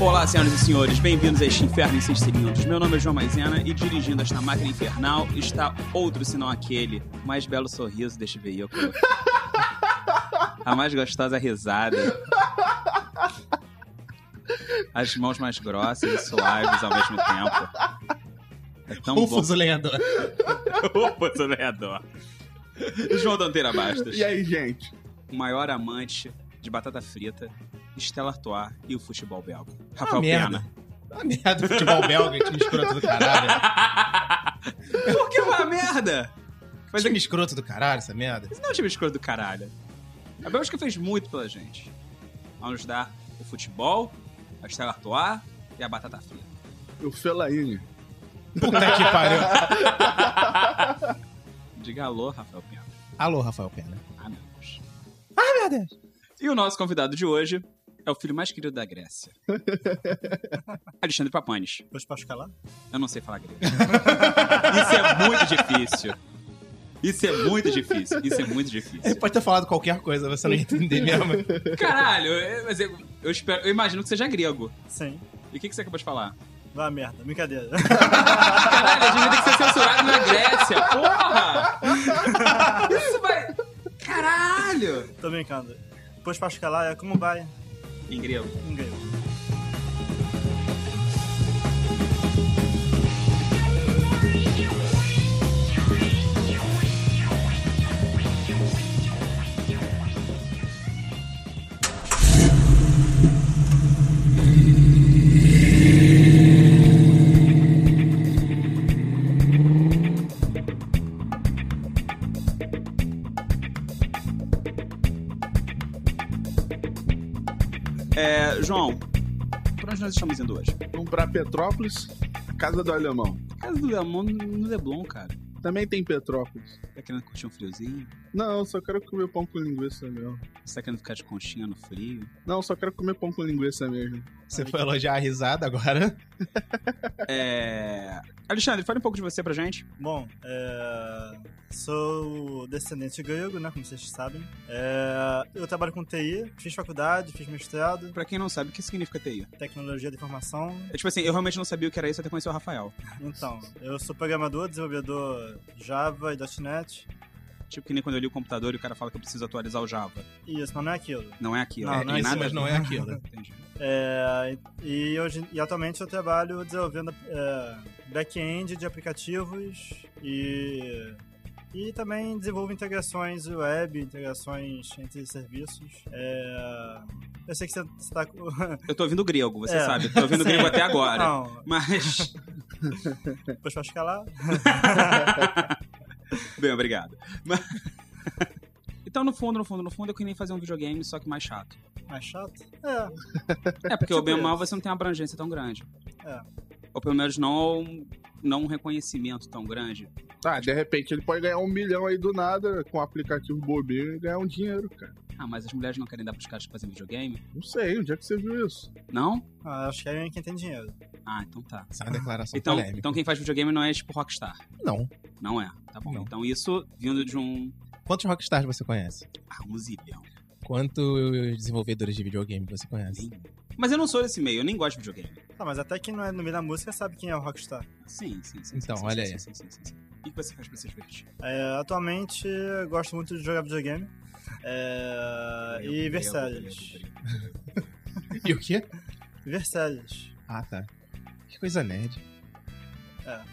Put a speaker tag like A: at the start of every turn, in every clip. A: Olá, senhoras e senhores, bem-vindos a este inferno em seis cilindros. Meu nome é João Maisena e dirigindo esta máquina infernal está outro, senão aquele, o mais belo sorriso deste veículo. A mais gostosa risada. As mãos mais grossas e suaves ao mesmo tempo. É tão
B: Um
A: bom.
B: fuzileador.
A: O fuzileador. João Danteira Bastos.
C: E aí, gente?
A: o maior amante de batata frita, Estela Artois e o futebol belga.
B: Ah,
A: Rafael
B: merda.
A: Pena.
B: Ah, merda. Futebol belga, time escroto do caralho.
A: Por que é uma merda? Mas
B: Mas
A: é
B: time escroto do caralho, essa merda.
A: Isso não é um time escuro do caralho. A Bélgica fez muito pela gente. Ao nos dar o futebol, a Estela Artois e a batata frita.
C: O Felaine.
B: Puta que pariu.
A: Diga alô, Rafael Pena.
B: Alô, Rafael Pena.
A: Ah, meu Deus. Ah, meu Deus. E o nosso convidado de hoje é o filho mais querido da Grécia. Alexandre Papanes.
D: Depois posso calar?
A: Eu não sei falar grego. Isso é muito difícil. Isso é muito difícil. Isso é muito
B: Ele
A: difícil.
B: pode ter falado qualquer coisa, você não ia entender mesmo.
A: Caralho, é- mas eu, eu espero, eu imagino que seja grego.
D: Sim.
A: E o que, que você acabou de falar?
D: Vá a merda, brincadeira.
A: Caralho, a gente vai ter que ser censurado na Grécia, porra! Isso vai. Caralho!
D: Tô brincando. Depois posso calar é como vai?
A: Em grego.
D: Em grego.
A: É, João, por onde nós estamos indo hoje?
C: Vamos pra Petrópolis, casa do alemão.
A: Casa do Leblon no Leblon, cara.
C: Também tem Petrópolis.
A: Tá querendo curtir um friozinho?
C: Não, eu só quero comer pão com linguiça mesmo.
A: Você tá querendo ficar de conchinha no frio?
C: Não, eu só quero comer pão com linguiça mesmo.
B: Você foi elogiar a risada agora.
A: É. Alexandre, fale um pouco de você pra gente.
D: Bom, é... sou descendente grego, né? Como vocês sabem. É, Eu trabalho com TI, fiz faculdade, fiz mestrado,
A: Pra quem não sabe, o que significa TI?
D: tecnologia da informação.
A: É tipo assim, eu realmente não sabia o que era isso até conhecer o Rafael.
D: Então, eu sou programador, desenvolvedor Java e .NET.
A: Tipo que nem quando eu li o computador e o cara fala que eu preciso atualizar o Java.
D: E Isso, mas não é aquilo.
A: Não é aquilo.
D: Não,
B: é
D: não é
B: isso,
A: nada
B: mas não é aquilo.
A: Tá, Entendi.
D: É, e, hoje, e atualmente eu trabalho desenvolvendo é, back-end de aplicativos e, e também desenvolvo integrações web, integrações entre serviços. É, eu sei que você está com.
A: Eu tô ouvindo grego, você
D: É.
A: sabe. Tô ouvindo grego até agora.
D: Não,
A: Mas.
D: depois pode escalar.
A: Bem, obrigado. Mas- Então, no fundo, no fundo, no fundo, eu queria fazer um videogame, só que mais chato.
D: Mais chato? É,
A: É, porque o bem ou
D: Tipo
A: mal
D: isso.
A: você não tem uma abrangência tão grande.
D: É.
A: Ou pelo menos não, um- não um reconhecimento tão grande.
C: Ah, de repente ele pode ganhar um milhão aí do nada com um aplicativo bobinho e ganhar um dinheiro, cara.
A: Ah, mas as mulheres não querem dar pros caras que fazem videogame?
C: Não sei, onde é que você viu isso?
A: Não?
D: ah, acho que aí é quem tem dinheiro.
A: Ah, então tá.
B: Essa é uma declaração
A: Então,
B: polêmica.
A: então quem faz videogame não é tipo rockstar.
B: Não.
A: Não é. Tá bom.
B: Não.
A: Então isso vindo de um.
B: Quantos rockstars você conhece?
A: Ah, um zilhão.
B: Quantos desenvolvedores de videogame você conhece?
A: Nenhum. Mas eu não sou desse meio, eu nem gosto de videogame.
D: Tá, mas até quem não é no meio da música sabe quem é o Rockstar.
A: Sim, sim, sim.
B: Então,
A: sim,
B: olha
A: sim,
B: aí.
A: Sim, sim, sim, sim. O que você faz pra se divertir?
D: É, atualmente eu gosto muito de jogar videogame é, e
A: Grego,
D: Versalhes.
A: grego, grego.
B: E o quê?
D: Versalhes.
B: Ah, tá. Que coisa nerd.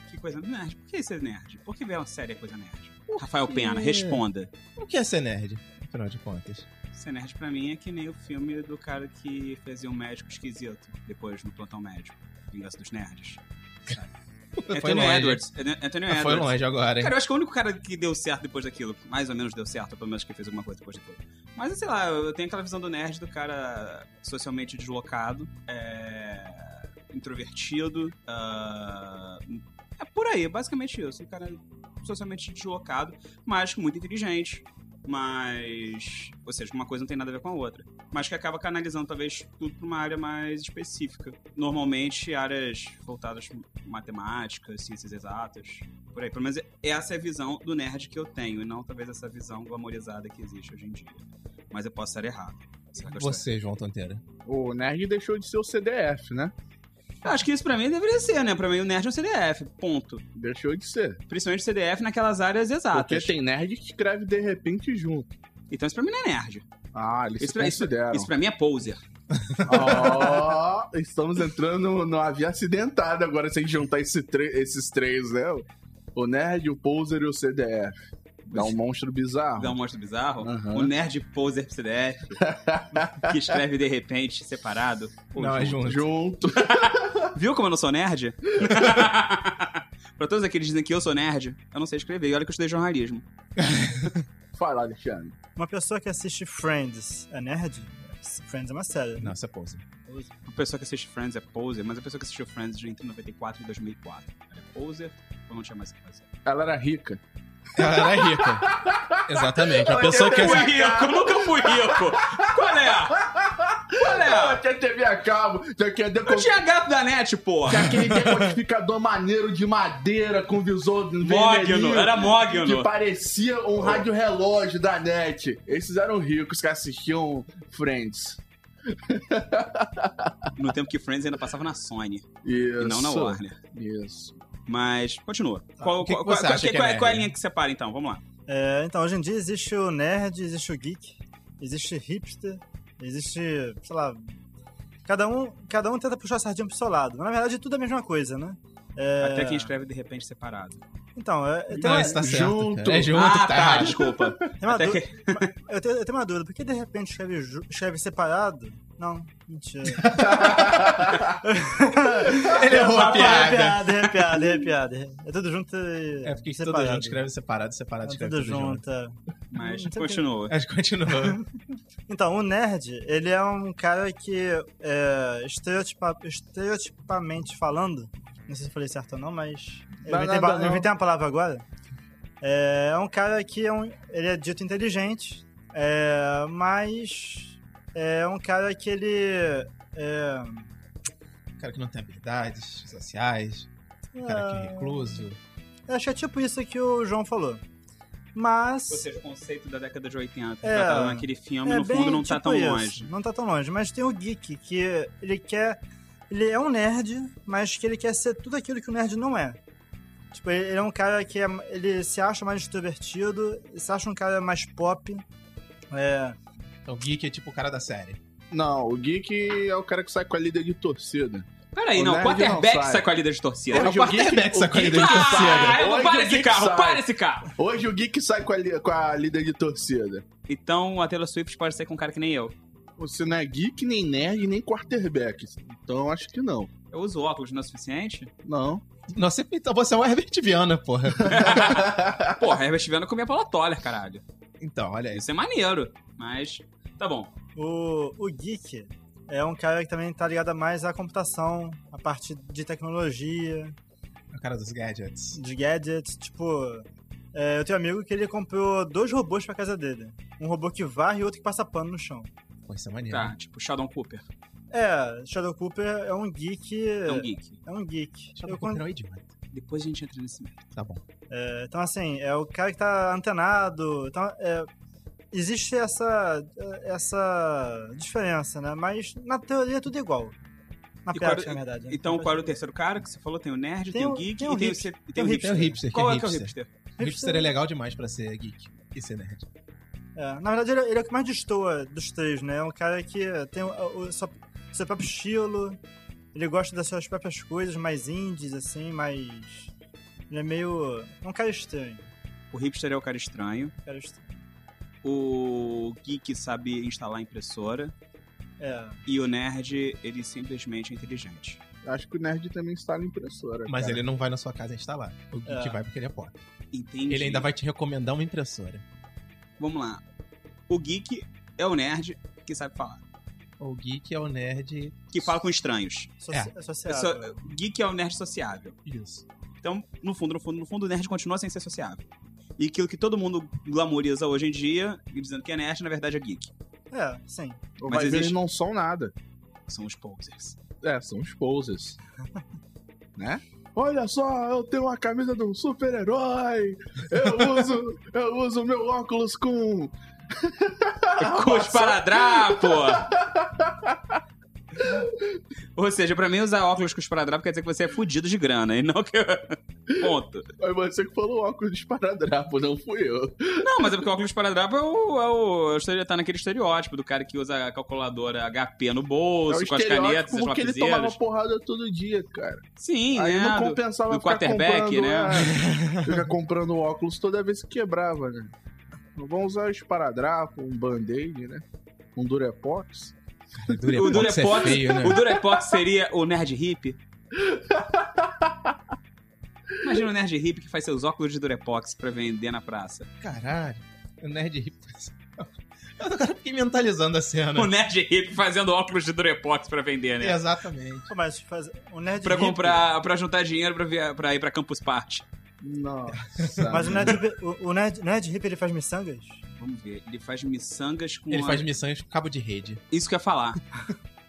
A: Que coisa nerd. Por que isso é nerd? Por que ver uma série é coisa nerd? Rafael Pena, responda.
B: O que é ser nerd, afinal de contas?
A: Ser nerd pra mim é que nem o filme do cara que fazia um médico esquisito depois no plantão médico. Vingança dos Nerds.
B: Foi
A: Anthony
B: longe.
A: Edwards. Ed- Anthony
B: Ah,
A: Edwards.
B: Foi longe agora, hein?
A: Cara, eu acho que é o único cara que deu certo depois daquilo, que mais ou menos deu certo, ou pelo menos que fez alguma coisa depois daquilo. Mas sei lá, eu tenho aquela visão do nerd do cara socialmente deslocado, é, introvertido. ah, É por aí, basicamente isso. Um cara socialmente deslocado, mas muito inteligente. Mas. Ou seja, uma coisa não tem nada a ver com a outra. Mas que acaba canalizando, talvez, tudo pra uma área mais específica. Normalmente, áreas voltadas a matemática, ciências exatas, por aí. Pelo menos essa é a visão do nerd que eu tenho, e não talvez essa visão glamorizada que existe hoje em dia. Mas eu posso estar errado. Você vai gostar.
B: Você, João Tonteira.
C: O nerd deixou de ser o CDF, né?
A: Eu acho que isso pra mim deveria ser, né? Pra mim o nerd é um CDF, ponto.
C: Deixou de ser.
A: Principalmente CDF naquelas áreas
C: Porque
A: exatas.
C: tem nerd que escreve de repente junto.
A: Então isso pra mim não é nerd.
C: Ah, eles
A: Isso
C: se
A: pra, isso,
C: consideram.
A: isso pra mim é poser.
C: Ó, estamos entrando numa via acidentada agora sem juntar esse tre- esses três, né? O nerd, o poser e o CDF. Dá um monstro bizarro.
A: Dá um monstro bizarro.
C: Aham.
A: O nerd poser pro CDF, que escreve de repente, separado. Pô,
B: Não, é junto.
C: Junto.
A: Viu como eu não sou nerd? pra todos aqueles que dizem que eu sou nerd, eu não sei escrever. E olha que eu estudei jornalismo.
C: Fala, Alexandre.
D: Uma pessoa que assiste Friends é nerd? Friends é uma série.
B: Não, essa pose.
A: A pessoa que assiste Friends é poser, mas a pessoa que assistiu Friends entre 94 e 2004. Ela é poser ou não tinha mais o que fazer?
C: Ela era rica.
B: Ela é rica. Exatamente. A pessoa que é
A: Nunca fui
B: assiste.
A: rico, nunca fui rico. Qual é? Qual é?
C: Tinha TV a cabo, tinha que
A: Eu tinha gato da net, porra.
C: aquele decodificador maneiro de madeira com visor
A: Mogno,
C: vermelhinho.
A: era
C: Que
A: Mogno.
C: parecia um rádio relógio da net. Esses eram ricos que assistiam Friends.
A: No tempo que Friends ainda passava na Sony
C: Isso.
A: e não na Warner.
C: Isso.
A: Mas, continua. Qual,
B: O que
A: qual-
B: que você
A: qual-
B: acha
A: qual-
B: que é
A: qual-
B: nerd?
A: qual é a linha que separa, então? Vamos lá.
D: É, então, hoje em dia existe o nerd, existe o geek, existe hipster, existe, sei lá. Cada um, cada um tenta puxar a sardinha pro seu lado. Mas, na verdade, tudo é a mesma coisa, né? É,
A: Até quem escreve de repente separado.
D: Então, é, tem
B: Não,
D: uma-
B: isso tá certo.
C: Junto.
B: cara. É junto,
A: ah,
B: tá.
A: tá,
B: errado.
A: desculpa.
D: tem uma
A: Até
D: du-
A: que-
D: eu, tenho, eu tenho uma dúvida. Por que de repente escreve, ju- escreve separado? Não, mentira.
B: Ele errou a
D: É
B: piada.
D: piada, é piada, é piada. É tudo junto e.
B: É porque todo
D: separado.
B: junto escreve separado, separado
D: É
B: escreve
D: tudo junto. é.
A: Mas
D: Não sei
A: continua.
B: Acho que continua.
D: Então, o nerd, ele é um cara que, é, estereotipa- estereotipamente falando, não sei se eu falei certo ou não, mas eu
C: Não,
D: inventei,
C: nada,
D: ba-
C: não.
D: eu inventei uma palavra agora. É, é um cara que é um, ele é dito inteligente, é, mas é um cara que ele... É,
B: cara que não tem habilidades sociais, cara que é recluso.
D: eu acho que é tipo isso que o João falou. Mas...
A: Ou seja, o conceito da década de 80
D: É.
A: tratado naquele filme,
D: É
A: no fundo,
D: bem
A: não tá
D: tipo
A: tão
D: isso.
A: longe.
D: Não tá tão longe, mas tem o geek que ele quer. Ele é um nerd, mas que ele quer ser tudo aquilo que o nerd não é. Tipo, ele ele é um cara que é- ele se acha mais extrovertido, se acha um cara mais pop. É,
B: Então, o geek é tipo o cara da série.
C: Não, o geek é o cara que sai com a líder de torcida.
A: Peraí,
C: O
A: não, o
C: nerd
A: quarterback
C: não sai.
A: sai com a líder de torcida.
C: Hoje
B: é
C: o
B: o quarterback
C: geek-
B: que sacou
C: o
B: ele
C: geek-
B: dentro da
A: Ah,
B: torcida.
A: eu não
C: Olha
A: para
C: que
A: esse
C: geek
A: carro,
C: sai.
A: para esse carro!
C: Hoje o geek sai com a, li- com a líder de torcida.
A: Então a Taylor Swift pode sair com um cara que nem eu.
C: Você não é geek, nem nerd, nem quarterback. Então acho que não.
A: Eu uso óculos, não é o suficiente?
C: Não.
B: Nossa, então você é um Herbert Viana, porra.
A: Porra, Herbert Viana comia Paula Toller, caralho.
B: Então, olha isso.
A: Isso é maneiro, mas... Tá bom.
D: o, o geek é um cara que também tá ligado mais à computação, à parte de tecnologia,
B: É o cara dos gadgets.
D: de gadgets. Tipo, é, eu tenho um amigo que ele comprou dois robôs pra casa dele: um robô que varre e outro que passa pano no chão.
B: Pô, isso é maneiro.
A: Tá, tipo, Sheldon Cooper.
D: É, Shadow Cooper é um geek.
A: É um geek.
D: É um geek.
B: Deixa eu
D: Eu
B: procurar
D: con-
B: o idiota.
A: Depois a gente entra nesse meio.
B: Tá bom.
A: um
D: é, então, assim, é o cara que tá antenado. Então, é, existe essa, essa diferença, né? Mas na teoria tudo é igual. Na
A: E
D: prática,
A: qual-
D: na verdade. né?
A: Então,
D: Na
A: qual era o terceiro cara que você falou? Tem o nerd, tem,
D: Tem
A: o
D: o-
A: geek
D: tem o
A: e tem o,
D: hipster.
A: C- tem o
D: Tem o
A: hipster.
B: É o hipster, que
A: Qual
B: é
A: é que é o
B: hipster.
A: hipster?
D: tipo,
B: O hipster é legal demais pra ser geek e ser nerd.
D: É, na verdade, ele, ele é o que mais destoa dos três, né? É um cara que tem o, o seu, seu próprio estilo, ele gosta das suas próprias coisas, mais indies, assim, mais. Ele é meio. É um cara estranho.
A: O hipster é o cara estranho.
D: um cara estranho.
A: O geek sabe instalar impressora.
D: É.
A: E o nerd, ele simplesmente é inteligente.
C: Acho que o nerd também instala impressora.
B: Mas
C: cara.
B: ele não vai na sua casa instalar. O geek
D: É.
B: vai porque ele é pobre.
A: Entende?
B: Ele ainda vai te recomendar uma impressora.
A: Vamos lá. O geek é o nerd que sabe falar.
B: O geek é o nerd.
A: Que fala com estranhos.
D: Soci... É.
A: É
D: Sociável.
A: só- geek é o nerd sociável.
B: Isso.
A: Então, no fundo, no fundo, no fundo, o nerd continua sem ser sociável. E aquilo que todo mundo glamoriza hoje em dia, e dizendo que é nerd, na verdade é geek.
D: É, sim.
C: Ou
A: mas
C: vai ver,
A: existe-
C: eles não são nada.
A: São os posers.
C: É, são os poses. né? Olha só, eu tenho uma camisa de um super-herói. Eu uso, eu uso meu óculos com
A: Cusparadrapo! Ou seja, pra mim usar óculos cusparadrapo quer dizer que você é fudido de grana, e não que... Ponto.
C: Aí você que falou óculos de esparadrapo, não fui eu.
A: Não, mas é porque o óculos esparadrapo é o, é o, é o estere- tá naquele estereótipo do cara que usa a calculadora HP no bolso,
C: é o
A: com as
C: estereótipo
A: canetas, as
C: porque ele tomava
A: lapiseiras.
C: porrada todo dia, cara.
A: Sim,
C: Aí
A: né?
C: não
A: do-
C: compensava
A: do
C: ficar
A: quarterback,
C: comprando,
A: né?
C: é, ficar comprando óculos toda vez que quebrava, né? Vamos usar o esparadrapo, um band-aid, né? Um durepox.
A: O
B: Durepox é
A: Durepox,
B: feio, né?
A: o Durepox seria o nerd hip? Imagina o nerd hip que faz seus óculos de Durepox pra vender na praça.
B: Caralho. O Nerd Hip. Eu agora fiquei mentalizando a cena.
A: O nerd hip fazendo óculos de Durepox pra vender, né?
B: Exatamente.
D: Pô, Mas faz... o Nerd
A: Pra
D: hippie-
A: comprar, pra juntar dinheiro pra, via, pra ir pra Campus Party.
C: Nossa.
D: Mas o Nerd, hippie- o, o nerd, nerd hippie, ele faz miçangas?
A: Vamos ver, ele faz miçangas com...
B: Ele
A: a-
B: faz missões com cabo de rede.
A: Isso que eu ia falar.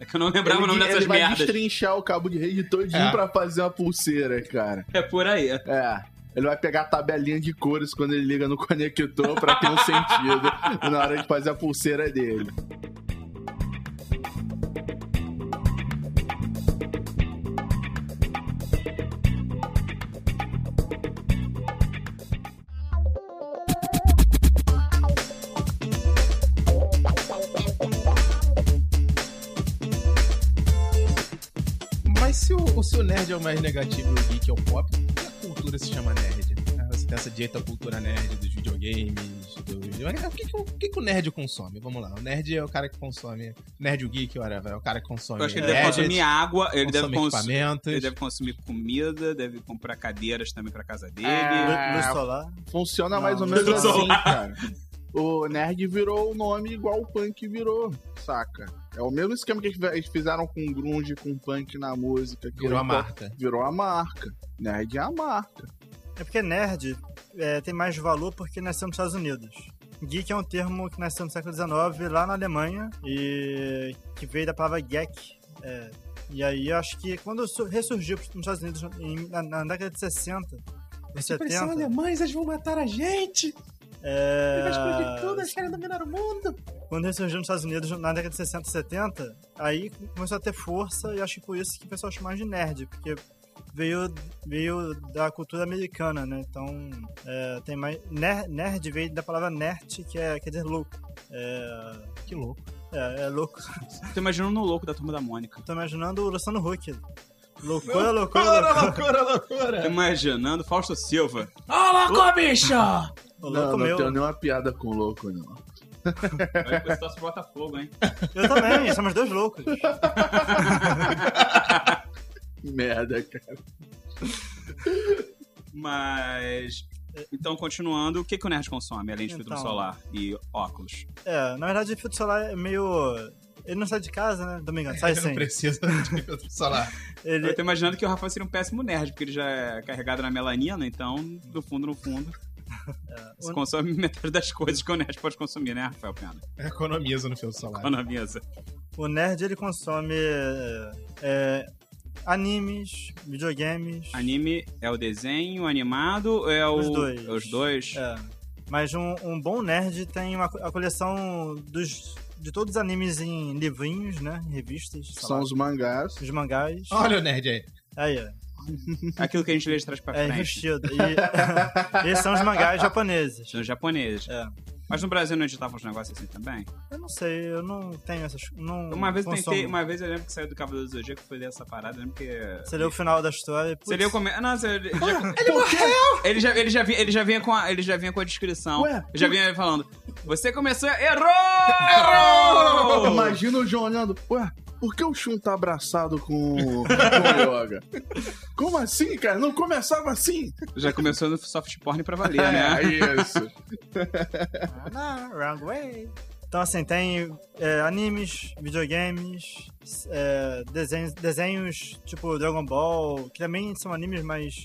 A: É que eu não lembrava o nome
C: ele,
A: dessas
C: ele vai
A: merdas.
C: destrinchar o cabo de rede todinho
B: É.
C: pra fazer uma pulseira, cara.
A: É por aí.
C: É. Ele vai pegar a tabelinha de cores quando ele liga no conector pra ter um sentido na hora de fazer a pulseira dele.
B: Mas se o, o seu nerd é o mais negativo e o geek é o pop, por que a cultura se chama nerd? Ah, Você tem essa dieta cultura nerd dos videogames, dos... Mas, ah, O que, que, o- o que que o nerd consome? Vamos lá, o nerd é o cara que consome... Nerd o geek, ora, é o cara que consome
A: Eu acho que ele deve
B: gadgets,
A: consumir água, ele deve,
B: consome
A: cons...
B: equipamentos...
A: ele deve consumir comida, deve comprar cadeiras também pra casa dele.
C: Ah,
D: Lu- Luz solar?
C: Funciona
D: Não,
C: mais ou
D: não
C: menos
A: sou.
C: assim, cara. O nerd virou o nome igual o punk virou, saca? É o mesmo esquema que eles fizeram com o grunge, com o punk na música. que
A: um
B: Virou a
C: o-
B: marca.
C: Virou a marca. Nerd é a marca.
D: É porque nerd é, tem mais valor porque nasceu nos Estados Unidos. Geek é um termo que nasceu no século XIX lá na Alemanha e que veio da palavra geek. é. e aí eu acho que quando su- ressurgiu nos Estados Unidos em- na, na década de 60, e 70,
B: alemães, eles vão matar a gente!
D: é,
B: querem dominar o mundo!
D: quando ressurgiu nos Estados Unidos na década de 60 e 70, aí começou a ter força e acho que por isso que o pessoal chama de nerd, porque veio, veio da cultura americana, né? Então, é, tem mais... Ner, nerd veio da palavra nerd, que é, quer dizer louco. É,
B: Que louco.
D: é, é louco.
A: Tô imaginando no louco da turma da Mônica.
D: Tô imaginando o Luciano Huck. Loucura, loucura, loucura.
B: loucura,
A: Tô
B: loucura!
A: imaginando Fausto Silva.
D: O
C: Não, não
D: louco meu.
C: tenho nenhuma piada com louco, não.
A: Olha que você torce pro Botafogo, hein?
D: Eu também, somos dois loucos.
C: Merda, cara.
A: Mas. Então, continuando, o que, que o nerd consome, além de filtro
D: Então.
A: solar e óculos?
D: É, na verdade, o filtro solar é meio... Ele não sai de casa, né? Domingo, sai
B: Ele não
D: sem.
B: precisa de um outro salário.
D: Ele,
A: Eu tô imaginando que o Rafael seria um péssimo nerd, porque ele já é carregado na melanina, então, do fundo no fundo, você
D: É, o-
A: consome metade das coisas que o nerd pode consumir, né, Rafael Pena?
B: Economiza no seu salário.
A: Economiza.
D: O nerd ele consome é, animes, videogames.
A: Anime é o desenho animado, é o...
D: Os dois.
A: é os dois?
D: É. Mas um, um bom nerd tem uma, co- a coleção dos, de todos os animes em livrinhos, né? Em revistas. sei
C: São
D: lá,
C: os mangás.
D: os mangás.
B: Olha o nerd aí.
D: Aí, é.
A: Aquilo que a gente lê de trás pra
D: É
A: frente.
D: investido. E, esses são os mangás japoneses.
A: São japoneses.
D: É.
A: Mas no Brasil não editava uns negócios assim também?
D: Eu não sei, eu não tenho essas. Não
A: Uma vez eu
D: consumo.
A: tentei, uma vez eu lembro que saiu do Cavaleiro do Zodíaco, fui ler essa parada, eu lembro que...
D: Você lê o final da história e. putz,
A: Você leu como... Não, você... ele já-
C: Ele morreu!
A: Ele já, ele, já vinha, ele, já vinha com a, ele já vinha com a descrição.
C: Ué,
A: Eu já vinha ele falando. Você começou. Errou! Errou!
C: Imagina o João olhando. Ué, por que o Shun tá abraçado com, o- com o Yoga? Como assim, cara? Não começava assim!
A: Já começou no soft porn pra valer, né?
C: É, isso.
D: Ah, não, wrong way. Então, assim, tem é, animes, videogames, é, desenhos, desenhos tipo Dragon Ball, que também são animes, mas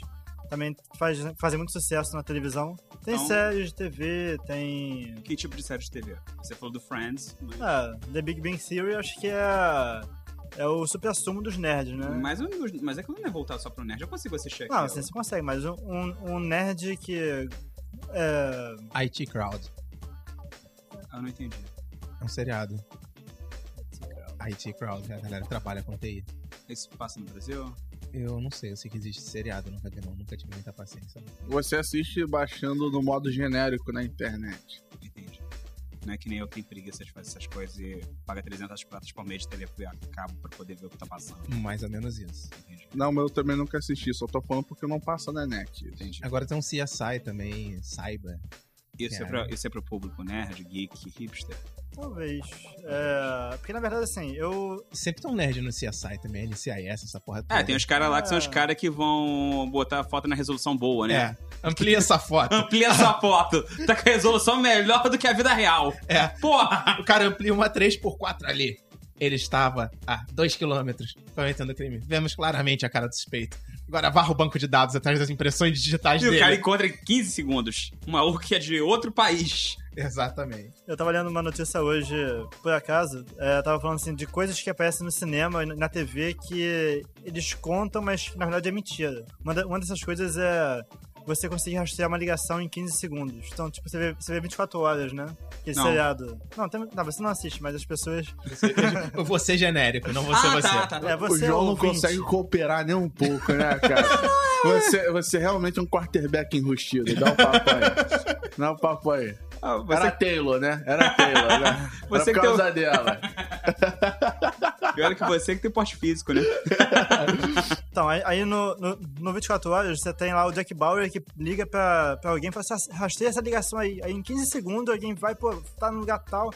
D: também faz, fazem muito sucesso na televisão. Tem
A: Então-
D: séries de TV, tem.
A: Que tipo de série de TV? Você falou do Friends, mas,
D: Ah, The Big Bang Theory, acho que é, é o supersumo dos nerds, né?
A: mas, um- mas é que não é voltado só pro nerd. Eu consigo assistir aqui.
D: Não, assim, você consegue, mas um, um nerd que. É,
B: IT Crowd.
A: Eu não entendi.
B: É um seriado. IT Crowd, a galera que trabalha com TI.
A: Isso passa no Brasil?
B: Eu não sei, eu sei que existe seriado, nunca vi não, nunca tive muita paciência. não.
C: Você assiste baixando no modo genérico na internet.
A: Entendi. Não é que nem eu que tenho preguiça de fazer essas coisas e paga 300 pratas por mês de TV a cabo pra poder ver o que tá passando.
B: Mais ou menos isso.
A: Entendi.
C: Não, mas eu também nunca assisti, só tô falando porque não passa na net.
A: Entendi.
B: Agora tem um CSI também, Cyber.
A: Isso é,
B: Cara.
A: pra, isso é pro público nerd, geek, hipster.
D: Talvez. É, porque na verdade, assim, eu.
B: Sempre tem um nerd no CSI também, NCIS, essa porra toda.
A: É, tem os caras lá que são os
D: Ah.
A: caras que vão botar a foto na resolução boa, né?
B: É, amplia essa foto.
A: Amplia essa foto. Tá com a resolução melhor do que a vida real.
B: É.
A: Porra!
B: O cara amplia uma 3x4 ali. Ele estava a 2km cometendo crime. Vemos claramente a cara do suspeito. Agora varra o banco de dados atrás das impressões digitais
A: E
B: dele.
A: o cara encontra em 15 segundos um maluco que é de outro país.
B: Exatamente.
D: Eu tava lendo uma notícia hoje, por acaso, é, tava falando assim de coisas que aparecem no cinema e na TV que eles contam, mas que na verdade é mentira. Uma, da- uma dessas coisas é você conseguir rastrear uma ligação em 15 segundos. Então, tipo, você vê, você vê 24 horas, né? Que
A: Não.
D: seriado. Não, tem- não, você não assiste, mas as pessoas.
B: Eu vou ser genérico, não vou ser
A: ah,
B: você.
A: tá, tá.
D: É,
C: o
D: você é
C: João
D: um
C: não
D: ouvinte.
C: consegue cooperar nem um pouco, né, cara? você, você realmente é um quarterback enrustido. Dá um papo aí. Dá um papo aí.
A: Ah,
C: Era
A: você,
C: Taylor, né? Era Taylor, né?
A: Você que
C: Era por
A: tem o-
C: causa dela.
A: pior que você que tem porte físico, né?
D: Então, aí, aí no, no, no 24 horas você tem lá o Jack Bauer que liga pra, pra alguém e fala assim, "Ah, rastreia essa ligação aí. Aí em 15 segundos alguém vai, pô, tá no lugar tal.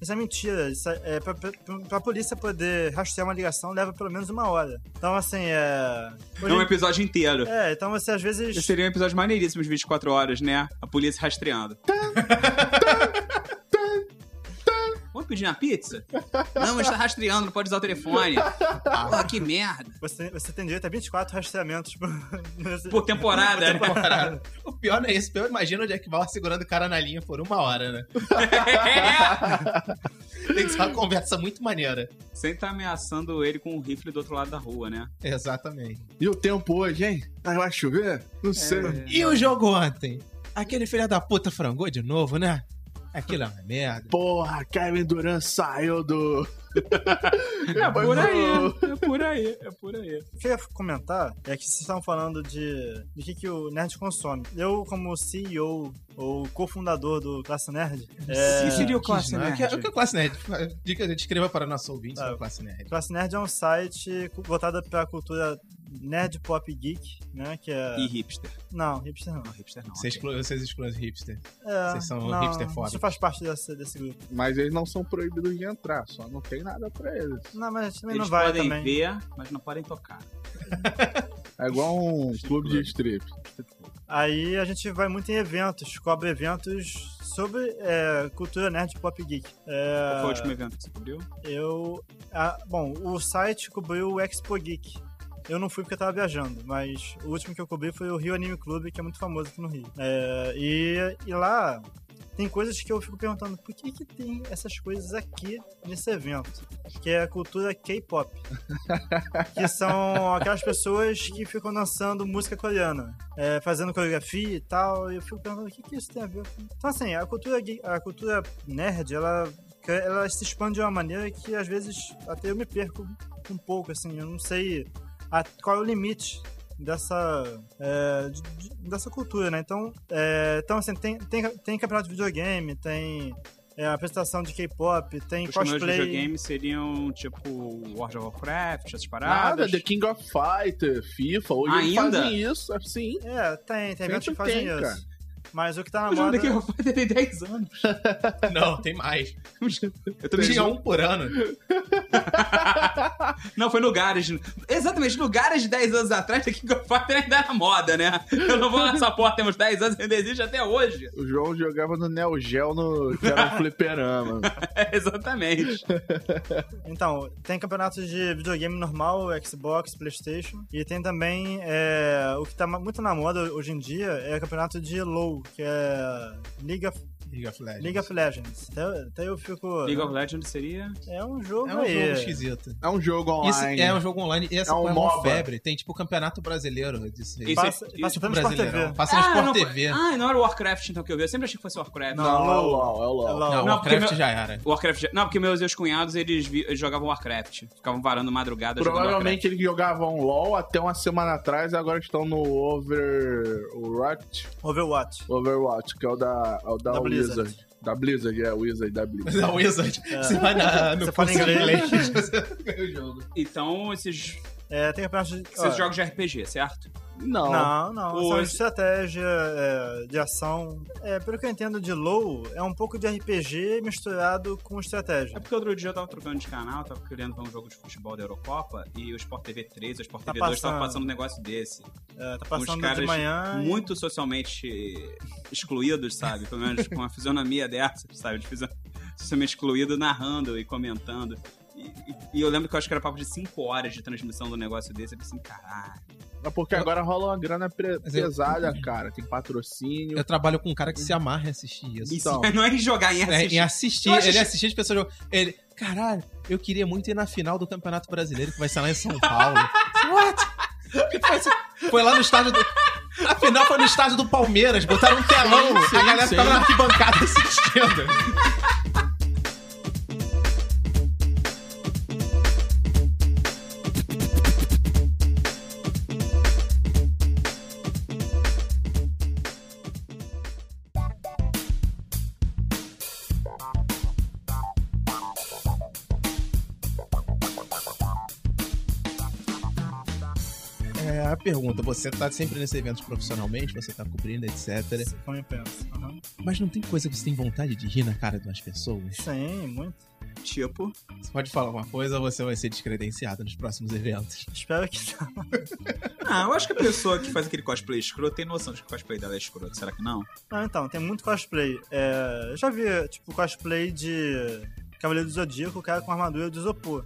D: Isso é mentira. Isso é, é pra, pra, pra polícia poder rastrear uma ligação leva pelo menos uma hora. Então, assim, é.
A: É um episódio inteiro.
D: É, então você às vezes.
A: Seria um episódio maneiríssimo de 24 horas, né? A polícia rastreando. Vamos pedir uma pizza? Não, mas tá rastreando, não pode usar o telefone. Pô, que merda.
D: Você, você tem direito a 24 rastreamentos por, nesse-
A: Por temporada, né?
B: Parada. O pior não é isso. Eu imagino o Jack Bauer segurando o cara na linha por uma hora, né? Tem que ser uma conversa muito maneira.
A: Sem tá ameaçando ele com um rifle do outro lado da rua, né?
B: Exatamente.
C: E o tempo hoje, hein? Ah, vai chover?
A: É.
C: Não sei.
B: E o jogo ontem? Aquele filho da puta frangou de novo, né? Aquilo é uma merda.
C: Porra, Kevin Durant saiu do.
A: É por aí, é por aí, é por aí.
D: O que eu ia comentar é que vocês estavam falando de, de que, que o nerd consome. Eu, como CEO ou cofundador do Classe Nerd, é,
A: Sim, seria o
B: Classe
A: classe nerd.
B: O que é o Classe Nerd? Dica, descreva para nossos ouvintes
D: Ah,
B: o Classe Nerd.
D: Classe Nerd é um site cu- voltado para a cultura nerd pop geek, né? Que é.
A: E hipster.
D: Não, hipster não.
A: Não, hipster não.
B: Vocês
A: ok.
B: excluem, vocês excluem os hipster.
D: É,
B: Vocês são
D: não,
B: hipsterfóbicos.
D: Isso faz parte desse, desse grupo.
C: Mas eles não são proibidos de entrar, só não tem nada pra eles.
D: Não, mas também
A: Eles
D: não vai
A: podem
D: também.
A: ver, mas não podem tocar.
C: É igual um clube de strip.
D: Aí a gente vai muito em eventos, cobre eventos sobre é, cultura nerd pop geek. É,
A: Qual foi o último evento que você cobriu?
D: Eu. ah, bom, o site cobriu o Expo Geek. Eu não fui porque eu tava viajando, mas o último que eu cobri foi o Rio Anime Club, que é muito famoso aqui no Rio. É, e, e lá tem coisas que eu fico perguntando, por que, que tem essas coisas aqui nesse evento? Que é a cultura K-pop. que são aquelas pessoas que ficam dançando música coreana, é, fazendo coreografia e tal. E eu fico perguntando, o que, que isso tem a ver com. Então, assim, a cultura, geek- a cultura nerd, ela que ela se expande de uma maneira que às vezes até eu me perco um pouco, assim, eu não sei a- qual é o limite dessa é, de- de- dessa cultura, né? Então, é, então assim, tem, tem, tem campeonato de videogame, tem é, apresentação de K-pop, tem
A: Os meus
D: cosplay.
A: videogames seriam tipo World of Warcraft, essas
C: Nada,
A: paradas.
C: The King of Fighter, FIFA, hoje eles
A: Ainda?
C: fazem isso, assim.
D: É, tem, tem eventos
C: Sempre
D: que
C: tem,
D: fazem isso.
C: cara.
D: Mas o que tá na
A: O jogo
D: moda.
A: daqui eu tem 10 anos.
B: Não, tem mais.
A: Eu tô me
B: Tinha um por ano.
A: Não, foi no Garage. Exatamente, no Garage 10 anos atrás, The King of Fighters ainda era moda, né? Eu não vou nessa porta, temos 10 anos, ainda existe até hoje.
C: O João jogava no Neo Geo, no... que era um fliperama.
A: É, exatamente.
D: Então, tem campeonatos de videogame normal, Xbox, Playstation. E tem também é, o que tá ma- muito na moda hoje em dia é o campeonato de LOL, que é League of
B: League of Legends.
D: League of Legends. Até, até eu fico.
A: League of Legends seria.
D: É um jogo
B: É um
D: aí.
B: jogo esquisito.
C: É um jogo
B: Isso
C: online.
B: é um jogo online e essa
C: É um
B: porra
C: MOBA.
B: febre. Tem tipo o Campeonato Brasileiro disso aí.
A: Isso
D: Passa,
A: Isso-
D: passa
B: Tipo
D: até no Sport TV.
B: brasileirão. Passa no Sport
A: não,
B: TV.
A: Ah, não era Warcraft então que eu vi. Eu sempre achei que fosse Warcraft.
C: Não, é o LOL, é o LOL.
D: É LOL.
B: Não,
A: não, porque
B: Warcraft
A: meu-
B: já era.
A: Warcraft. já- Não, porque meus, meus cunhados, eles, vi- eles jogavam Warcraft. Ficavam varando madrugada jogando Warcraft.
C: Provavelmente eles jogavam LOL até uma semana atrás, agora estão no Over... Overwatch,
D: Overwatch.
C: Overwatch que é o da, é o da,
D: Da
C: Blizzard.
D: Blizzard.
C: Da Blizzard, é, Wizard da
B: Mas
C: Blizzard.
B: a Wizard, É. você vai na, no
D: Você fala
B: curso de
D: inglês.
B: inglês, você ganha o jogo.
A: Então, esses,
D: É, tem campeonato de.
A: esses
D: ó,
A: jogos de RPG, certo?
C: Não.
D: Não, não.
A: O-
D: São de estratégia, é, de ação. É, pelo que eu entendo de low, é um pouco de RPG misturado com
A: É
D: estratégia.
A: porque outro dia eu tava trocando de canal, tava querendo ver um jogo de futebol da Eurocopa e o Sport TV 3, o Sport
D: Tá
A: TV 2 tava
D: passando.
A: passando um negócio desse.
D: É, tá
A: Os
D: passando
A: caras
D: de manhã. e-
A: Muito socialmente excluídos, sabe? Pelo menos com a fisionomia dessa, sabe? De fisio- socialmente excluído, narrando e comentando. E, e- e eu lembro que eu acho que era papo de 5 horas de transmissão do negócio desse. Eu pensei, caralho.
C: É porque agora rola uma grana pre-
B: Mas eu-
C: pesada, cara. Tem patrocínio.
B: Eu trabalho com um cara que se amarra em assistir isso.
A: Isso
C: Então.
A: não é em jogar, é em
B: É,
A: assistir.
B: em assistir,
A: Eu acho
B: ele
A: que-
B: assistia as pessoas jogando. Ele, caralho, eu queria muito ir na final do Campeonato Brasileiro, que vai ser lá em São Paulo. What? Que que vai ser? Foi lá no estádio do. A final foi no estádio do Palmeiras, botaram um telão,
C: Sim, sim,
B: a galera
C: sim.
B: ficava na arquibancada assistindo. É, a pergunta, você tá sempre nesse evento profissionalmente, você tá cobrindo, etc.
D: Como eu penso. Aham.
B: Mas não tem coisa que você tem vontade de rir na cara de umas pessoas?
D: Sim, muito.
A: Tipo,
B: Você pode falar uma coisa ou você vai ser descredenciado nos próximos eventos.
D: Espero que não.
A: ah, eu acho que a pessoa que faz aquele cosplay escroto tem noção de que o cosplay dela é escroto. Será que não?
D: Não, então, tem muito cosplay. É, eu já vi, tipo, cosplay de Cavaleiro do Zodíaco, o cara com armadura de isopor.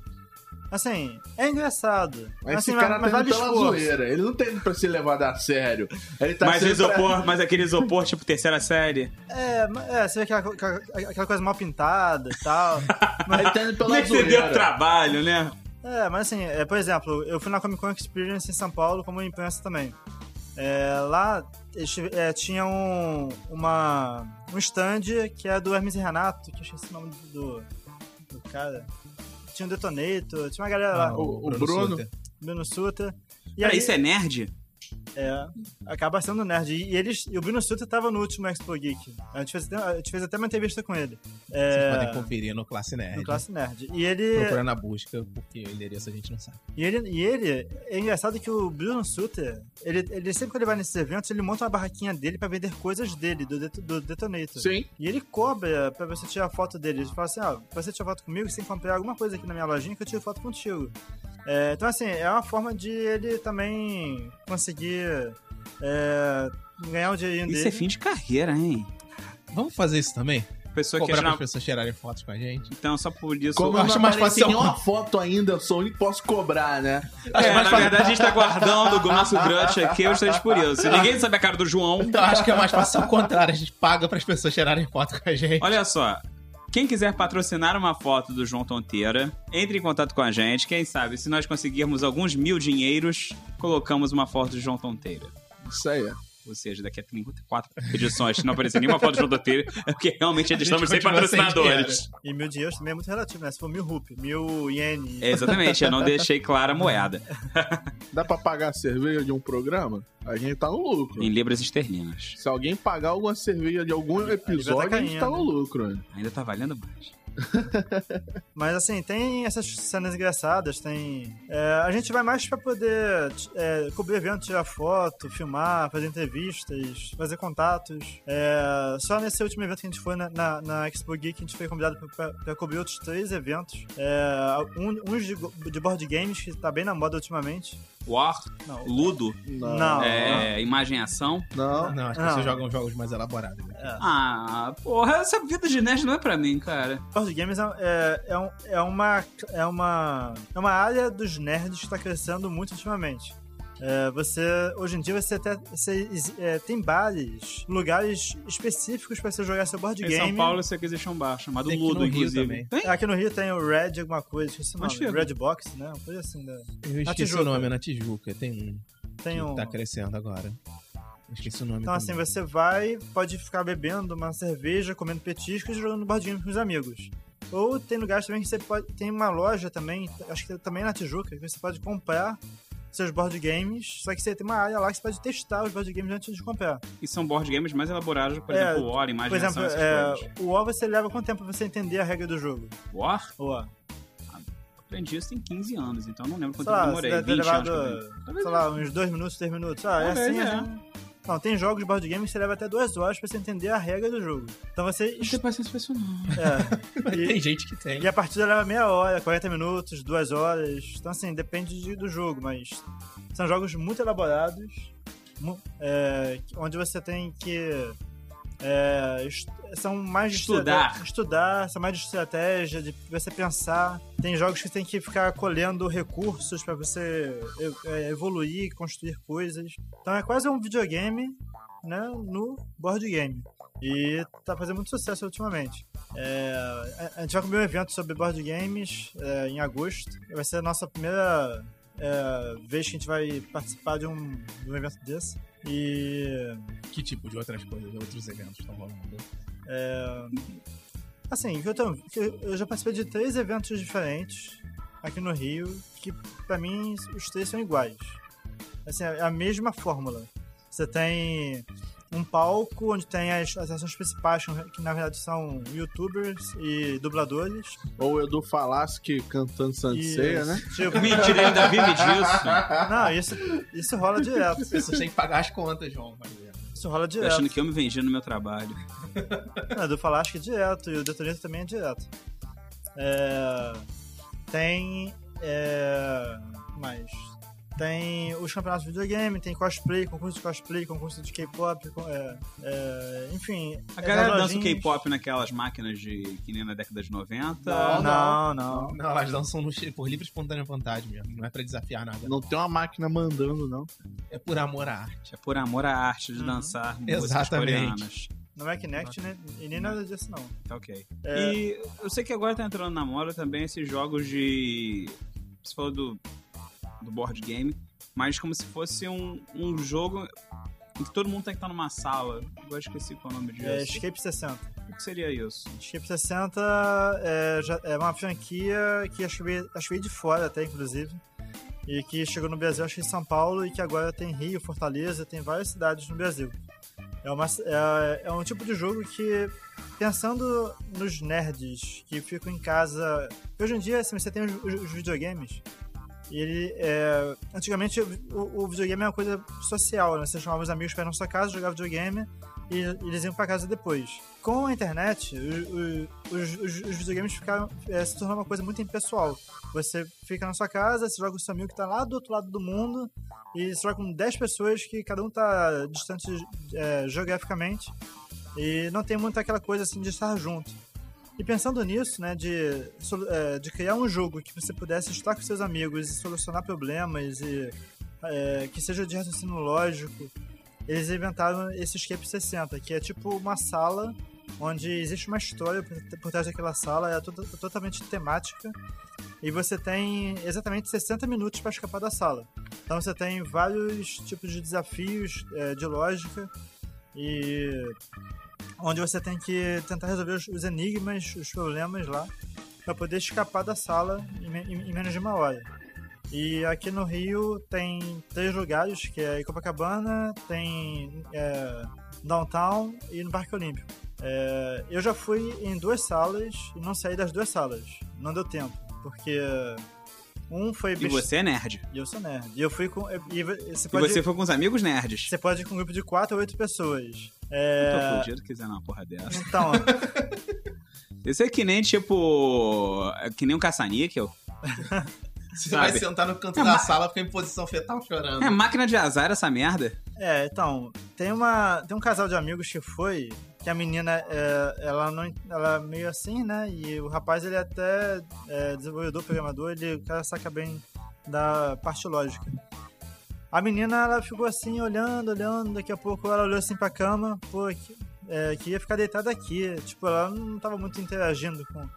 D: Assim, é engraçado.
C: Mas
D: assim,
C: esse cara tá indo pela
D: esforço.
C: zoeira. Ele não tem pra se levar a sério. Ele tá
A: mas o
C: sendo pra-
A: isopor, mas aquele isopor, tipo, terceira série.
D: É, ma- é, você vê aquela, aquela- aquela coisa mal pintada e tal.
C: Ele tá indo
A: Como
C: pela
A: é que você deu
C: zoeira.
A: trabalho, né?
D: É, mas assim, é, por exemplo, eu fui na Comic Con Experience em São Paulo como imprensa também. É, lá eles tive- é, tinha um, uma, um stand que é do Hermes e Renato, que eu esqueci o nome do, do cara. Tinha um Detonator, tinha uma galera
B: Ah,
D: lá,
C: o- o Bruno.
B: Suter.
D: Tá, Bruno Suter. E
A: Peraí,
D: aí,
A: isso é nerd?
D: é, acaba sendo nerd. E, eles, e o Bruno Suter tava no último Expo Geek. A gente fez até, a gente fez até uma entrevista com ele.
B: Vocês podem
D: É,
B: conferir no Classe Nerd.
D: no Classe Nerd. E ele.
B: Procurar na busca, porque o endereço a gente não sabe.
D: E ele, e ele, é engraçado que o Bruno Suter, ele, ele sempre que ele vai nesses eventos, ele monta uma barraquinha dele pra vender coisas dele, do, Det- do Detonator.
C: Sim.
D: E ele cobra pra você tirar foto dele. Ele fala assim, ó, pra você tirar foto comigo, você tem que comprar alguma coisa aqui na minha lojinha que eu tiro foto contigo. É, então, assim, é uma forma de ele também conseguir é, ganhar o dinheirinho
A: Isso
D: dele.
A: é fim de carreira, hein?
B: Vamos fazer isso também?
A: Pessoa que é
B: Cobrar para as
A: jornal...
B: pessoas tirarem fotos com a gente?
A: Então, só por isso.
C: Como
B: Eu
C: eu
B: acho
C: acho
B: mais fácil- um-
C: nenhuma foto ainda, eu sou o único que posso cobrar, né?
A: É, na verdade, a gente tá guardando o nosso grudge aqui, eu estou por isso. Ninguém sabe a cara do João.
D: Então,
B: Eu acho que é mais fácil ao contrário, a gente paga para as pessoas tirarem foto com a gente.
A: Olha só. Quem quiser patrocinar uma foto do João Tonteira, entre em contato com a gente. Quem sabe, se nós conseguirmos alguns mil dinheiros, colocamos uma foto do João Tonteira.
C: Isso aí.
A: Ou seja, daqui a 34 edições, se não aparecer nenhuma foto do João Tonteira, é porque realmente
B: gente
A: estamos sem
B: continua sem
A: patrocinadores.
D: E mil dinheiros também é muito relativo, né? Se for mil rupi, mil iene.
A: É, exatamente, eu não deixei clara a moeda.
C: Dá pra pagar a cerveja de um programa? A gente tá no lucro.
A: Em libras esterlinas.
C: Se alguém pagar alguma cerveja de algum episódio, a gente
D: caindo.
C: tá no lucro. né?
A: Ainda tá valendo mais.
D: Mas assim, tem essas cenas engraçadas, tem. é, a gente vai mais pra poder é, cobrir evento, tirar foto, filmar, fazer entrevistas, fazer contatos. É, só nesse último evento que a gente foi na, na, na Expo Geek, a gente foi convidado pra- pra pra cobrir outros três eventos. É, um, uns de, go- de board games, que tá bem na moda ultimamente.
A: War,
D: Não.
A: Ludo,
B: Ah.
D: Não.
A: é, imagem e ação.
C: Não.
B: Não, as
D: Não. Ah. É.
B: pessoas jogam jogos mais elaborados. né?
A: Ah, porra, essa vida de nerd não é pra mim, cara.
D: Board games é, é, é, um- é uma, é, uma, é uma área dos nerds que tá crescendo muito ultimamente. É, você, hoje em dia, você até você, é, tem bares, lugares específicos pra você jogar seu board
A: Em
D: game.
A: São Paulo, você existe um bar chamado
B: Tem aqui
A: Ludo,
B: no Rio
A: inclusive.
B: também.
A: Tem?
D: Aqui no Rio tem o Red alguma coisa, esqueci o
A: Mas
D: nome.
A: chega.
D: Red Box, né? Uma coisa assim. né?
B: Eu
D: Na
B: esqueci
D: Tijuca.
B: o nome, é na Tijuca. Tem um
D: Tem um...
B: que tá crescendo agora. Eu esqueci o nome
D: Então, assim,
B: também.
D: você vai, pode ficar bebendo uma cerveja, comendo petiscos e jogando board game com os amigos. Ou tem lugares também que você pode. Tem uma loja também, acho que também na Tijuca, que você pode comprar seus board games. Só que você tem uma área lá que você pode testar os board games antes de comprar.
A: E são board games mais elaborados, por
D: É,
A: exemplo, War,
D: Por exemplo,
A: Imaginação, essas
D: é,
A: coisas.
D: o O você leva quanto tempo pra você entender a regra do jogo?
A: War?
D: O O.
A: Aprendi isso tem 15 anos, então eu não lembro
D: Sei
A: quanto tempo eu
D: lá,
A: demorei.
D: você deve ter
A: 20
D: levado,
A: anos. que eu aprendi. Talvez
D: sei lá, uns dois minutos, três minutos. Ah, é
A: Talvez,
D: assim, é.
A: é.
D: assim. Não, tem jogos de board game que você leva até duas horas pra você entender a regra do jogo. Então você.
A: Não tem paciência pra isso, não.
D: É, e-
B: Tem gente que tem.
D: E a partida leva meia hora, 40 minutos, duas horas. Então, assim, depende de- do jogo, mas são jogos muito elaborados, mu- é, onde você tem que. é, est- são mais de
A: Estudar.
D: estrate- estudar, são mais de estratégia, de você pensar. Tem jogos que tem que ficar colhendo recursos pra você e- é, evoluir, construir coisas. Então é quase um videogame, né, no board game. E tá fazendo muito sucesso ultimamente. É, a- a gente vai comer um evento sobre board games é, em agosto. Vai ser a nossa primeira é, vez que a gente vai participar de um, de um evento desse. E
B: Que tipo de outras coisas, outros eventos estão rolando?
D: assim, o que eu, tô- o que eu- eu já participei de três eventos diferentes aqui no Rio, que pra mim os três são iguais. Assim, é a mesma fórmula. Você tem um palco onde tem as, as ações principais, que na verdade são youtubers e dubladores.
C: Ou o Edu falasse que cantando Sanseia,
D: E-
C: né?
D: Tipo,
A: Mentira, ele ainda vive
C: Ah,
A: disso.
C: tá.
D: não, isso, isso rola direto.
B: Você tem que pagar as contas, João. é. vai ver.
D: Isso rola
A: Tô
D: direto.
A: tá achando que eu me vendia no meu trabalho.
D: Não, do Falasca é direto, e o Detonito também é direto. É, tem. É, que mais? Tem os campeonatos de videogame, tem cosplay, concurso de cosplay, concurso de K-pop, com- é, é, enfim.
A: A galera
D: essas
A: dança o
D: lojinhas-
A: K-pop naquelas máquinas de que nem na década de 90.
C: Não,
D: Não, não.
B: Não, elas dançam no, por livre e espontânea vontade mesmo. Não é pra desafiar nada.
C: Não tem uma máquina mandando, não.
B: É por amor à arte.
A: É por amor à arte de
D: Uhum.
A: dançar músicas
B: Exatamente.
A: coreanas.
D: Não é Kinect né, e nem nada disso, não.
A: Tá ok.
D: É,
A: E eu sei que agora tá entrando na moda também esses jogos de. Você falou do, do board game, mas como se fosse um, um jogo em que todo mundo tem que estar numa sala. Agora eu esqueci qual é o nome disso.
D: é, Escape 60.
A: O que seria isso?
D: Escape 60 é, já- é uma franquia que acho que, veio, acho que veio de fora até, inclusive. E que chegou no Brasil, acho que em São Paulo, e que agora tem Rio, Fortaleza, tem várias cidades no Brasil. É, uma, é, é um tipo de jogo que, pensando nos nerds que ficam em casa. Hoje em dia, assim, você tem os, os- os videogames. e Ele, é, antigamente, o, o videogame é uma coisa social, né? Você chamava os amigos para ir na sua casa, jogar videogame e eles iam pra casa depois. Com a internet, o- o- os, os- os videogames ficaram, eh, se tornaram uma coisa muito impessoal. Você fica na sua casa, você joga com seu amigo que tá lá do outro lado do mundo, e você joga com 10 pessoas que cada um tá distante eh, geograficamente, e não tem muito aquela coisa assim de estar junto. E pensando nisso, né, de, solu- eh, de criar um jogo que você pudesse estar com seus amigos e solucionar problemas, e eh, que seja de raciocínio lógico, eles inventaram esse Escape 60, que é tipo uma sala onde existe uma história por- por trás daquela sala, é to- totalmente temática, e você tem exatamente 60 minutos para escapar da sala. Então você tem vários tipos de desafios é, de lógica, e onde você tem que tentar resolver os, os enigmas, os problemas lá, para poder escapar da sala em me- em- em menos de uma hora. E aqui no Rio tem três lugares, que é em Copacabana, tem é, Downtown e no Parque Olímpico. É, eu já fui em duas salas e não saí das duas salas. Não deu tempo, porque um foi...
A: E você é nerd.
D: E eu sou nerd. E eu fui com... E você
A: E
D: pode,
A: você foi com os amigos nerds.
D: você pode ir com um grupo de quatro ou oito pessoas.
A: Eu
D: É,
A: tô fudido quiser uma porra dessa.
D: então,
A: Isso é que nem tipo. é Que nem um caça-níquel.
B: Você
A: Sabe?
B: vai sentar no canto
A: É
B: da
A: ma-
B: sala, fica em posição fetal chorando.
A: É máquina de azar essa merda.
D: É, então, tem uma. Tem um casal de amigos que foi, que a menina é, ela não. Ela é meio assim, né? E o rapaz ele é até é, desenvolvedor, programador, ele o cara saca bem da parte lógica. A menina, ela ficou assim, olhando, olhando. Daqui a pouco ela olhou assim pra cama. Pô, que, é, queria ficar deitada aqui. Tipo, ela não tava muito interagindo com,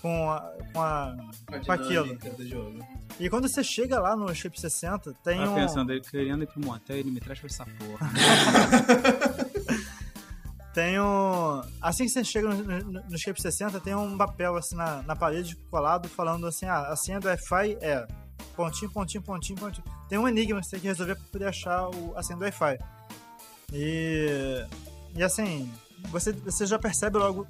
D: com, a, com, a, com aquilo.
B: do jogo.
D: E quando você chega lá no Shape 60, tem
A: Tava
D: um...
A: pensando, ele querendo ir pro motel, ele me traz pra essa porra.
D: Tem um. Assim que você chega no, no, no Escape 60, tem um papel assim na, na parede colado falando assim: ah, a senha do Wi-Fi é pontinho, pontinho, pontinho, pontinho. Tem um enigma que você tem que resolver pra poder achar o, a senha do Wi-Fi. E. E assim, você, você já percebe logo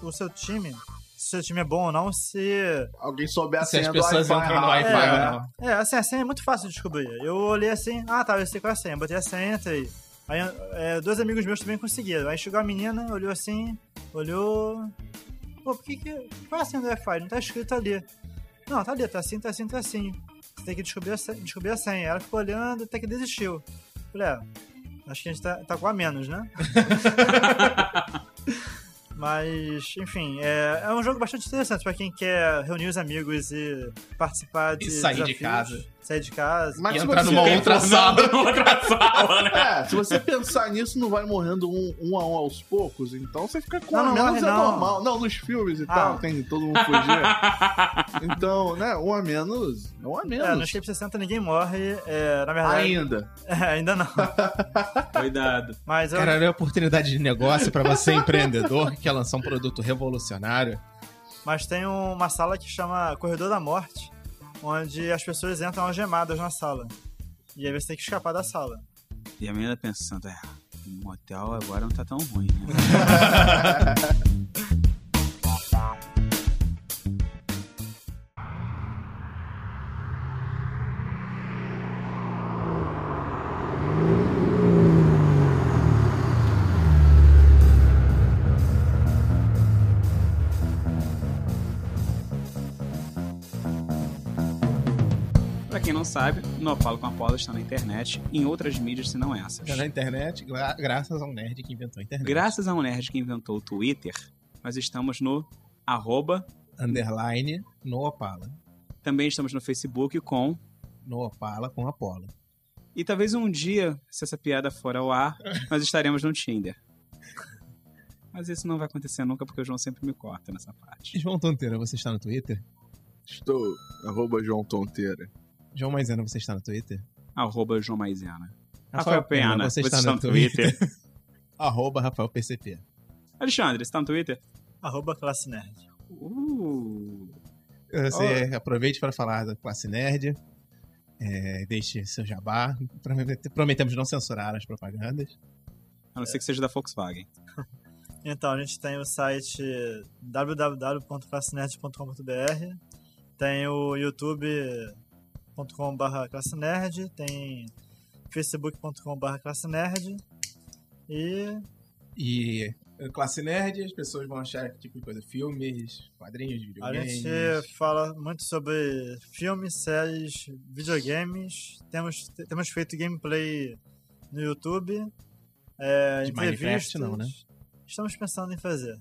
D: o seu time, se o seu time é bom ou não, se.
C: Alguém souber a
B: Se Assim, as
C: senha do Wi-Fi. né?
B: pessoas entram no
C: rápido.
B: Wi-Fi
D: É.
B: ou não.
D: É, assim, a senha é muito fácil de descobrir. Eu olhei assim, ah tá, eu sei qual é a senha. Botei a senha, entrei. Aí é, dois amigos meus também conseguiram. Aí chegou a menina, olhou assim, olhou. Pô, por que que. Qual é a senha do Wi-Fi? Não tá escrito ali. Não, tá ali, tá assim, tá assim, tá assim. Você tem que descobrir a senha. Descobrir a senha. Ela ficou olhando até que desistiu. Falei, é, acho que a gente tá, tá com a menos, né? Mas, enfim, é, é um jogo bastante interessante pra quem quer reunir os amigos e participar de.
B: E sair de
D: desafios,
B: casa.
D: Sair de casa.
C: Mas
B: E
C: se
B: entrar
C: você-
B: numa outra sala.
E: outra sala, né?
C: É, se você pensar nisso, não vai morrendo um, um a um aos poucos, então você fica com
D: Não,
C: a
D: não
C: menos
D: morre,
C: é
D: não.
C: normal. Não, nos filmes e
D: Ah.
C: tal, tem todo mundo fugir. então, né, um a menos, é um a
D: É, no
C: menos.
D: Escape 60 ninguém morre, é, na verdade.
C: Ainda.
D: ainda não.
A: Cuidado.
D: Mas eu,
B: Cara, olha a oportunidade de negócio pra você empreendedor que quer lançar um produto revolucionário.
D: mas tem um, uma sala que chama Corredor da Morte, onde as pessoas entram algemadas na sala. E aí você tem que escapar da sala.
A: E a menina pensando, é, o motel agora não tá tão ruim, né? Pra quem não sabe, Nopalo com Apolo está na internet e em outras mídias se não essas.
B: Tá na internet, gra- graças ao nerd que inventou a internet.
A: Graças a um nerd que inventou o Twitter, nós estamos no arroba,
B: Underline no Opala.
A: também estamos no Facebook com.
B: No Opala com Apolo.
A: E talvez um dia, se essa piada for ao ar, nós estaremos no Tinder. Mas isso não vai acontecer nunca, porque o João sempre me corta nessa parte.
B: João Tonteira, você está no Twitter?
C: Estou, arroba João Tonteira.
B: João Maisena, você está no Twitter?
A: Arroba João Maisena. Rafael Pena,
B: você, está, no Twitter? Arroba Rafael PCP.
A: Alexandre, você tá no Twitter?
D: Arroba classe nerd.
A: Uh,
B: Você aproveite para falar da classe nerd. é, deixe seu jabá. Promete- Prometemos não censurar as propagandas.
A: a não ser que seja da Volkswagen.
D: Então, a gente tem o site www.classenerd.com.br, tem o youtube.com.br classenerd, tem facebook.com.br classenerd e
B: E é, classe nerd, as pessoas vão achar que tipo de coisa, filmes, quadrinhos,
D: A
B: videogames.
D: gente fala muito sobre filmes, séries, videogames. Temos, te- temos feito gameplay no YouTube. É,
B: De Minecraft,
D: entrevistas.
B: não, né?
D: Estamos pensando em fazer.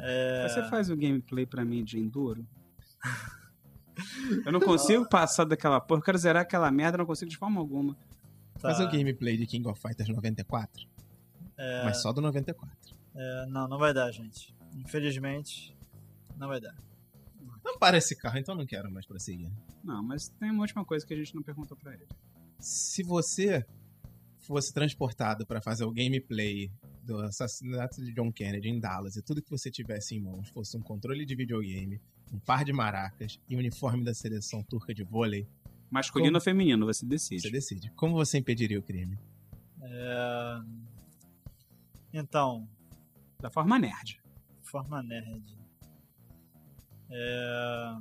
D: É,
A: Você faz o gameplay pra mim de enduro? Eu não consigo passar daquela porra. Eu quero zerar aquela merda, eu não consigo de forma alguma.
D: tá.
B: Fazer o gameplay de King of Fighters 94,
D: É,
B: mas só do 94.
D: é, não, não vai dar, gente. Infelizmente, não vai dar.
B: Não para esse carro, então não quero mais prosseguir.
A: Não, mas tem uma última coisa que a gente não perguntou pra ele.
B: Se você fosse transportado para fazer o gameplay do assassinato de John Kennedy em Dallas e tudo que você tivesse em mãos fosse um controle de videogame, um par de maracas e um uniforme da seleção turca de vôlei,
A: Masculino
B: Como?
A: ou feminino, você
B: você
A: decide.
B: decide. Como você impediria o crime?
D: É, então,
A: Da forma nerd.
D: forma nerd. É,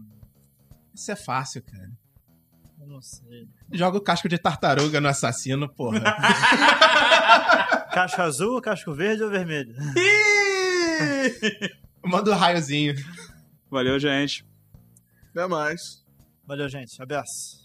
B: Isso é fácil, cara.
D: eu não sei.
B: Joga o casco de tartaruga no assassino, porra.
D: Casco azul, casco verde ou vermelho?
B: Manda o raiozinho.
A: Valeu, gente.
C: Até mais.
D: Valeu, gente. Abraço.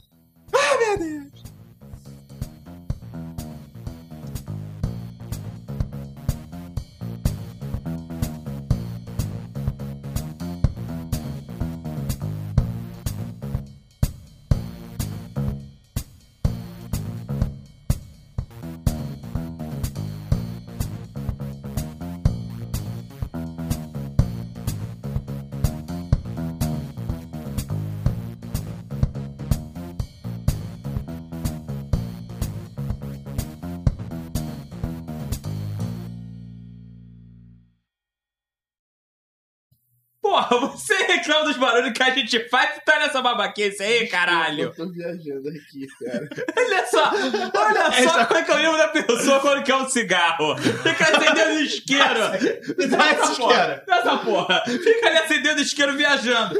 A: Porra, você reclama dos barulhos que a gente faz e tá nessa babaquice aí, caralho.
C: Eu tô viajando aqui, cara.
A: Olha só, olha só como é que eu lembro da pessoa quando quer um cigarro. Fica acendendo isqueiro.
B: Me dá esse
A: Essa porra,
B: isqueiro.
A: essa porra. Fica ali acendendo isqueiro viajando.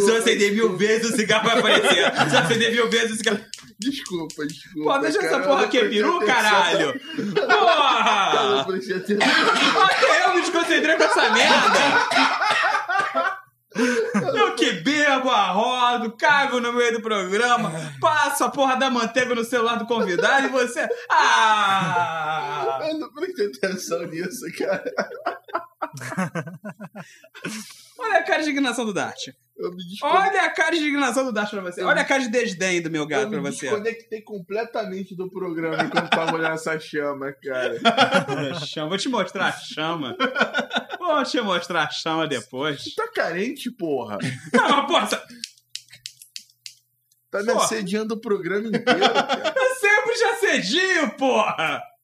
A: Se eu acender mil vezes, o cigarro vai aparecer. Se eu acender mil vezes, o cigarro...
C: Desculpa, desculpa.
A: Pô, deixa
C: cara,
A: essa
C: eu
A: porra
C: não
A: aqui, é
C: prestei
A: peru,
C: atenção.
A: caralho.
C: Eu
A: Porra.
C: não prestei atenção.
A: Até eu me desconcentrei com essa merda. Eu que bebo, arrodo, cago no meio do programa, passo a porra da manteiga no celular do convidado e você. Ah!
C: Eu não prestei atenção nisso, cara.
A: Olha a cara de indignação do Dart.
C: Eu me desconectei.
A: Olha a cara de indignação do Dart pra você. Olha a cara de desdém do meu gato
C: Eu
A: pra
C: me
A: você.
C: desconectei completamente do programa enquanto tava olhando essa chama, cara.
A: Chama, vou te mostrar a chama. Vou te mostrar a chama depois.
C: Tá carente, porra.
A: Não, mas porra, essa-
C: Tá me
A: Porra.
C: Tá assediando o programa inteiro, cara.
A: eu sempre já cedinho, porra!